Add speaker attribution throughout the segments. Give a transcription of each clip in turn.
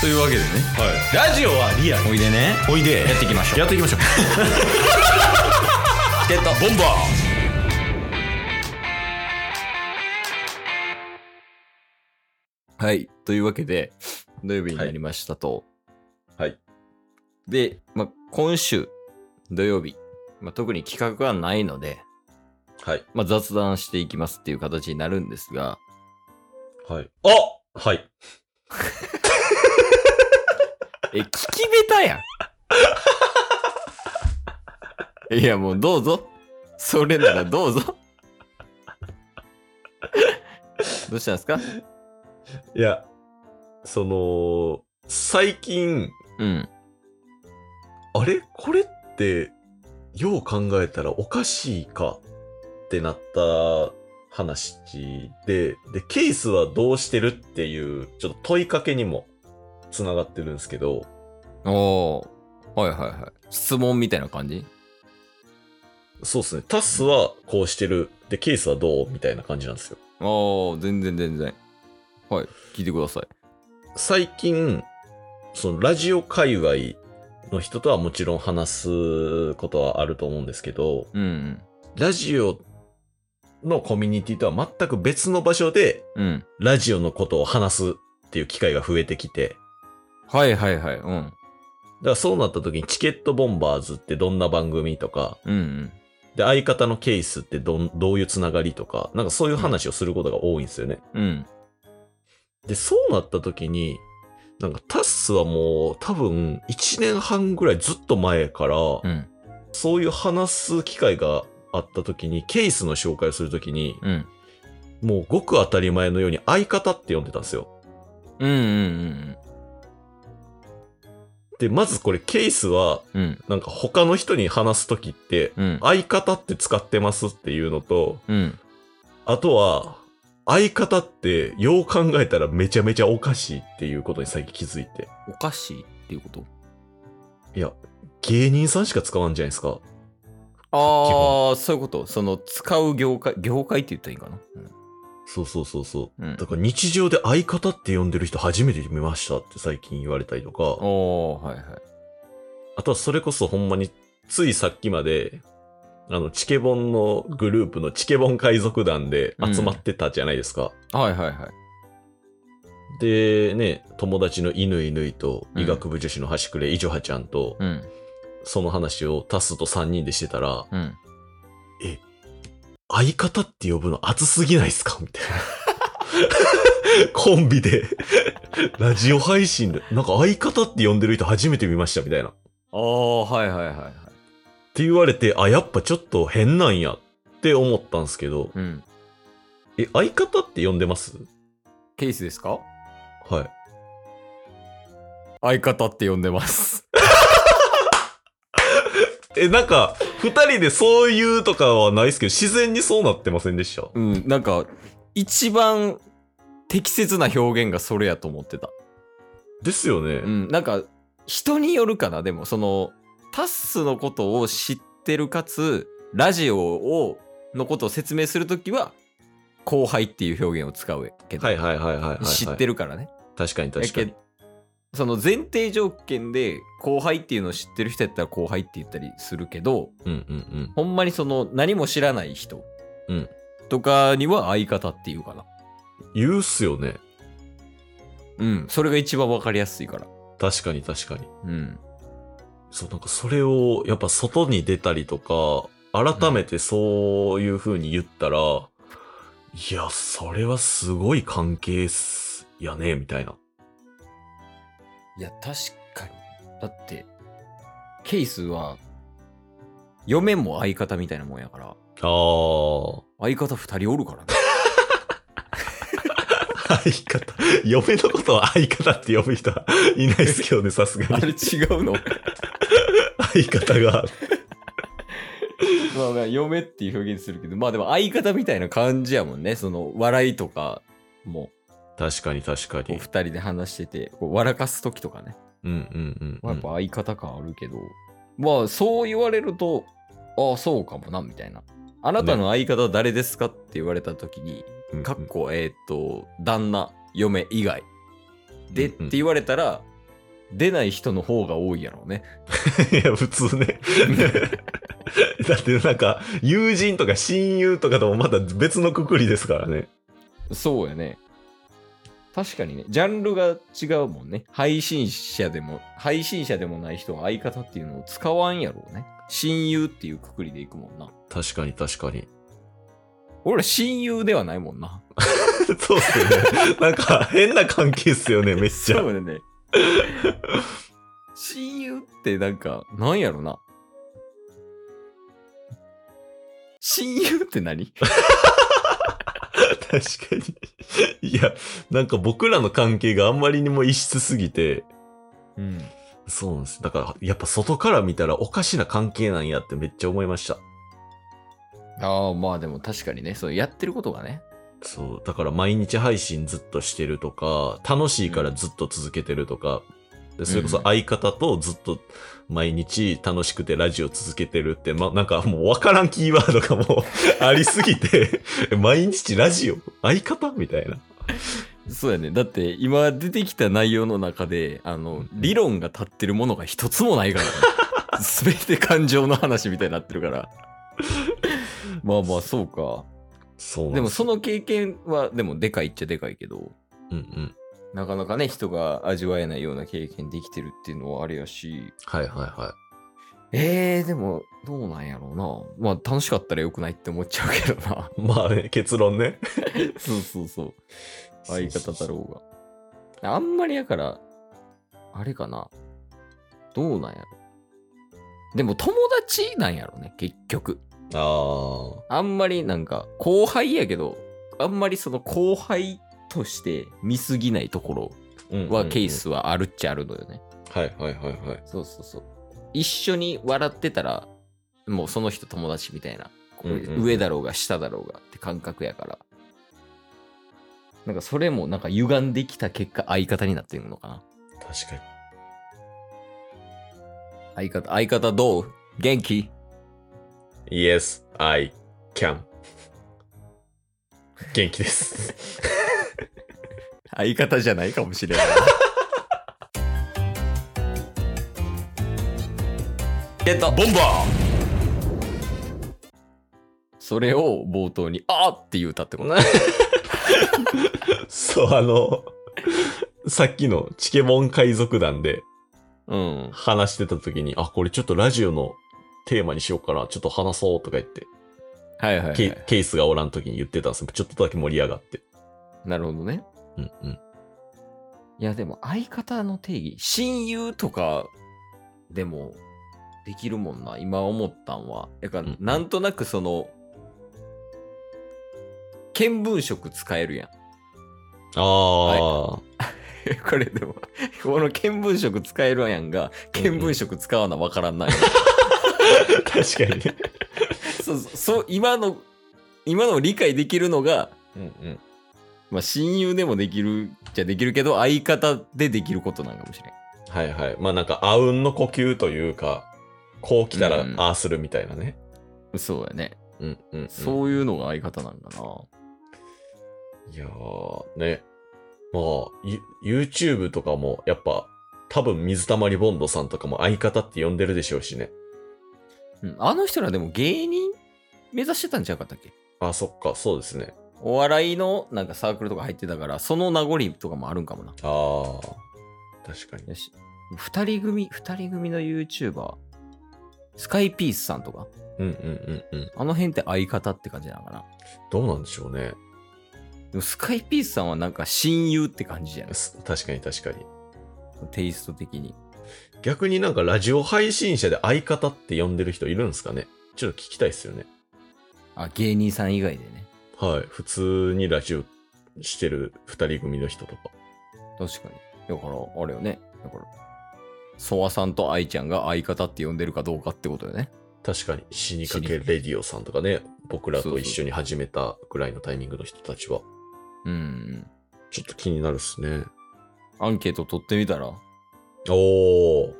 Speaker 1: というわけでね
Speaker 2: ラジオはリアル
Speaker 1: おいでね
Speaker 2: おいで
Speaker 1: やっていきましょう
Speaker 2: やっていきましょう
Speaker 1: チケットボンバーはい。というわけで、土曜日になりましたと。
Speaker 2: はいはい
Speaker 1: で、まあ、今週、土曜日、まあ、特に企画はないので、
Speaker 2: はい
Speaker 1: まあ、雑談していきますっていう形になるんですが、
Speaker 2: はいあはい
Speaker 1: え、聞き下手やん。 いや、もうどうぞ。それならどうぞ。 どうしたんですか
Speaker 2: いやその最近
Speaker 1: うん。
Speaker 2: あれこれってよう考えたらおかしいかってなった話ででケースはどうしてるっていうちょっと問いかけにもつながってるんですけど
Speaker 1: おー。はいはいはい。質問みたいな感じ
Speaker 2: そうですねタスはこうしてるでケースはどうみたいな感じなんですよ
Speaker 1: あー、全然全然。はい。聞いてください。
Speaker 2: 最近、そのラジオ界隈の人とはもちろん話すことはあると思うんですけど、
Speaker 1: うん
Speaker 2: ラジオのコミュニティとは全く別の場所で
Speaker 1: うん。うん。
Speaker 2: ラジオのことを話すっていう機会が増えてきて、
Speaker 1: はいはいはい。うん。
Speaker 2: だからそうなった時にチケットボンバーズってどんな番組とか、
Speaker 1: うんうん。
Speaker 2: で、相方のケースってどん、どういうつながりとか、なんかそういう話をすることが多いんですよね。
Speaker 1: うん。
Speaker 2: で、そうなった時に、なんかタッスはもう多分1年半ぐらいずっと前から、
Speaker 1: うん。
Speaker 2: そういう話す機会があった時に、ケースの紹介をする時に、
Speaker 1: うん。
Speaker 2: もうごく当たり前のように相方って呼んでたんですよ。
Speaker 1: うんうん
Speaker 2: で、まずこれケースは、
Speaker 1: うんうん。うん。
Speaker 2: なんか他の人に話す時って、
Speaker 1: うん。
Speaker 2: 相方って使ってますっていうのと、
Speaker 1: うん。
Speaker 2: あとは、相方って、よう考えたらめちゃめちゃおかしいっていうことに最近気づいて。
Speaker 1: おかしいっていうこと
Speaker 2: いや、芸人さんしか使わんじゃないですか。
Speaker 1: ああ、そういうこと。その、使う業界、業界って言ったらいいんかな。
Speaker 2: そうそうそうそう。
Speaker 1: うん。うん
Speaker 2: だから日常で相方って呼んでる人初めて見ましたって最近言われたりとか、
Speaker 1: おー、はいはい。
Speaker 2: あとはそれこそほんまについさっきまで、あの、チケボンのグループのチケボン海賊団で集まってたじゃないですか。
Speaker 1: はいはいはい。
Speaker 2: で、ね、友達の犬犬と医学部女子の端くれイジョハちゃんと、
Speaker 1: うん。
Speaker 2: その話をタスと3人でしてたら、
Speaker 1: うん。
Speaker 2: 相方って呼ぶの熱すぎないですかみたいな。 コンビで、ラジオ配信で、なんか相方って呼んでる人初めて見ましたみたいな。っ
Speaker 1: ああ、はいはいはいはい。
Speaker 2: て言われて、あ、やっぱちょっと変なんやって思ったんですけど、
Speaker 1: うん。
Speaker 2: え、相方って呼んでます
Speaker 1: ケースですか
Speaker 2: はい。
Speaker 1: 相方って呼んでます。
Speaker 2: え、なんか、二人でそういうとかはないですけど、自然にそうなってませんでした
Speaker 1: うん、なんか、一番適切な表現がそれやと思ってた。
Speaker 2: ですよね。
Speaker 1: うん、なんか、人によるかな、でも、その、タッスのことを知ってるかつ、ラジオを、のことを説明するときは、後輩っていう表現を使うけど、
Speaker 2: はいはいはいはいはい、はい。
Speaker 1: 知って
Speaker 2: る。
Speaker 1: るからね。
Speaker 2: 確かに確か
Speaker 1: や
Speaker 2: に
Speaker 1: け。その前提条件で後輩っていうのを知ってる人やったら後輩って言ったりするけど
Speaker 2: うんうんうん。
Speaker 1: ほんまにその何も知らない人
Speaker 2: うん
Speaker 1: とかには相方っていうかな
Speaker 2: 言うっすよね。
Speaker 1: うんそれが一番分かりやすいから
Speaker 2: 確かに確かに。
Speaker 1: うん
Speaker 2: そう、なんかそれを、やっぱ外に出たりとか、改めてそういう風に言ったら、いや、それはすごい関係っす、やね、みたいな。
Speaker 1: いや確かにだってケースは嫁も相方みたいなもんやから
Speaker 2: あー。
Speaker 1: 相方2人おるからね
Speaker 2: 相方。嫁のことは相方って呼ぶ人はいないですけどね、さすが
Speaker 1: あ
Speaker 2: に。
Speaker 1: れ違う の
Speaker 2: 相方が。
Speaker 1: まあまあ嫁っていう表現するけどまあでも相方みたいな感じやもんねその笑いとかも
Speaker 2: 確かに確か
Speaker 1: こう
Speaker 2: に
Speaker 1: 二。人で話しててこう笑かす時とかね、
Speaker 2: うんうんうん、
Speaker 1: まあやっぱ相方感あるけどまあそう言われるとああそうかもなみたいなあなたの相方誰ですかって言われた時に、
Speaker 2: うんうん
Speaker 1: かっこえっ、と旦那嫁以外でって言われたら、出ない人の方が多いやろうね。
Speaker 2: いや、普通 ね。だってなんか、友人とか親友とかともまた別のくくりですからね。
Speaker 1: そうやね。確かにね、ジャンルが違うもんね。配信者でも、配信者でもない人が相方っていうのを使わんやろうね。親友っていうくくりでいくもんな。
Speaker 2: 確かに確かに。
Speaker 1: 俺ら親友ではないもんな。
Speaker 2: そうっす よね。なんか変な関係っすよね、めっちゃ
Speaker 1: そ。うだね。 親友ってなんか、なんやろな。親友って何
Speaker 2: 確かに。いや、なんか僕らの関係があんまりにも異質すぎて、
Speaker 1: うん。
Speaker 2: そうなんです。だから、やっぱ外から見たらおかしな関係なんやってめっちゃ思いました。
Speaker 1: ああ、まあでも確かにね、そうやってることがね。
Speaker 2: そう。だから毎日配信ずっとしてるとか、楽しいからずっと続けてるとか、でそれこそ相方とずっと毎日楽しくてラジオ続けてるって、ま、なんかもうわからんキーワードがもう ありすぎて、毎日ラジオ相方みたいな。
Speaker 1: そうやね。だって今出てきた内容の中で、あの、理論が立ってるものが一つもないから、ね、全て感情の話みたいになってるから。まあまあ、そうか。
Speaker 2: そうなん
Speaker 1: でも
Speaker 2: す
Speaker 1: その経験は、でもでかいっちゃでかいけど。
Speaker 2: うんうん。
Speaker 1: なかなかね、人が味わえないような経験できてるっていうのはあれやし、
Speaker 2: はいはいはい。
Speaker 1: えー、でも、どうなんやろうな。まあ、楽しかったらよくないって思っちゃうけどな。
Speaker 2: まあね、結論 ね。
Speaker 1: そうそうそう。相方だろうが。あんまりやから、あれかな。どうなんやろ。でも、友達なんやろね、結局。
Speaker 2: あ
Speaker 1: あんまりなんか、後輩やけど、あんまりその後輩として見すぎないとこ
Speaker 2: あ。
Speaker 1: ろは、ケー。スはあるっちゃあるのよね。
Speaker 2: はいはいはいはい。
Speaker 1: そうそうそう。一緒に笑ってたら、もうその人友達みたいな。こう
Speaker 2: うんうん
Speaker 1: 上だろうが下だろうがって感覚やから。なんかそれもなんか歪んできた結果相方になってるのかな。
Speaker 2: 確かに。
Speaker 1: 相方、相方どう元気
Speaker 2: Yes, I can. 元気です。
Speaker 1: 相方じゃないかもしれない。 ゲットボンバーそれを冒頭に、あーって言うたって こと。
Speaker 2: そう、あの、さっきのチケボン海賊団で
Speaker 1: うん。
Speaker 2: 話してた時に、あ、これちょっとラジオのテーマにしようかな、ちょっと話そうとか言って、
Speaker 1: はいはい、は
Speaker 2: ケ
Speaker 1: い。
Speaker 2: ケースがおらん時に言ってたんですちょっとだけ盛り上がって。
Speaker 1: なるほどね。
Speaker 2: うんうん。
Speaker 1: いや、でも相方の定義、親友とかでもできるもんな、今思ったんは。やか
Speaker 2: んう
Speaker 1: ら
Speaker 2: ん、
Speaker 1: なんとなくその、見聞色使えるやん。
Speaker 2: ああ、
Speaker 1: これでも、この見聞色使えるやんが、見聞色使わなわからんない。
Speaker 2: 確かにね。
Speaker 1: そうそう、そう、今の、今の理解できるのが、
Speaker 2: うんうん。
Speaker 1: まあ親友でもできるじゃできるけど、相方でできることなんかもしれん。
Speaker 2: はいはい。まあなんか、あうんの呼吸というか、こう来たら
Speaker 1: うん
Speaker 2: ああするみたいなね。
Speaker 1: そうやね。
Speaker 2: うんうん、うん。
Speaker 1: そういうのが相方なんかな。
Speaker 2: いやー、ね。まあ、ゆ YouTube とかも、やっぱ、多分水溜りボンドさんとかも相方って呼んでるでしょうしね。
Speaker 1: うんあの人らでも芸人目指してたんちゃうかったっけ
Speaker 2: あ、そっか、そうですね。
Speaker 1: お笑いのなんかサークルとか入ってたから、その名残とかもあるんかもな。
Speaker 2: あー、確かに。
Speaker 1: よし。二人組、二人組の YouTuber、スカイピースさんとか、
Speaker 2: うんうんうんうん。
Speaker 1: あの辺って相方って感じなのかな。
Speaker 2: どうなんでしょうね。
Speaker 1: でもスカイピースさんはなんか親友って感じじゃない
Speaker 2: す確かに確かに。
Speaker 1: テイスト的に。
Speaker 2: 逆になんかラジオ配信者で相方って呼んでる人いるんですかねちょっと聞きたいですよね。
Speaker 1: あ、芸人さん以外でね。
Speaker 2: はい。普通にラジオしてる二人組の人とか。
Speaker 1: 確かに。だから、あれよね。だから、ソワさんと愛ちゃんが相方って呼んでるかどうかってことよね。
Speaker 2: 確かに、死にかけレディオさんとかね、僕らと一緒に始めたぐらいのタイミングの人たちは。
Speaker 1: うんうん。
Speaker 2: ちょっと気になるっすね。
Speaker 1: アンケート取ってみたら
Speaker 2: おー。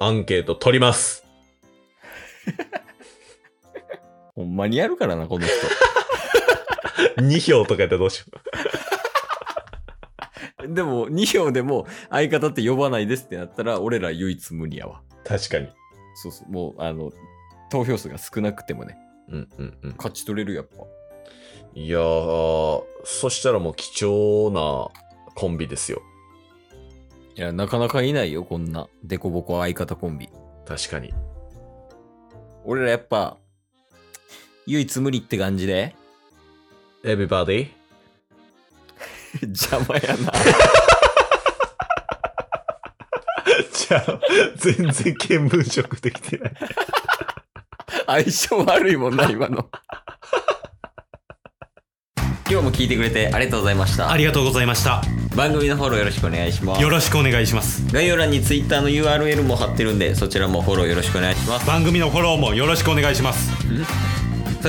Speaker 2: アンケート取ります。
Speaker 1: ほんまにやるからな、この人。
Speaker 2: 2票とかやったらどうしよ
Speaker 1: でも2票でも相方って呼ばないですってなったら俺ら唯一無二やわ
Speaker 2: 確かに。
Speaker 1: そうそうもうあの投票数が少なくてもね
Speaker 2: うんうんうん。
Speaker 1: 勝ち取れるやっぱ
Speaker 2: いやー、そしたらもう貴重なコンビですよ。
Speaker 1: いやなかなかいないよこんなデコボコ相方コンビ
Speaker 2: 確かに。
Speaker 1: 俺らやっぱ唯一無二って感じで
Speaker 2: Everybody?
Speaker 1: 邪魔やな
Speaker 2: じゃあ、全然見聞色できてない。
Speaker 1: 相性悪いもんな今の今日も聞いてくれてありがとうございました
Speaker 3: ありがとうございました
Speaker 1: 番組のフォローよろしくお願いします
Speaker 3: よろしくお願いします
Speaker 1: 概要欄に Twitter の URL も貼ってるんでそちらもフォローよろしくお願いします
Speaker 3: 番組のフォローもよろしくお願いします
Speaker 1: そ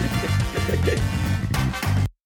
Speaker 3: す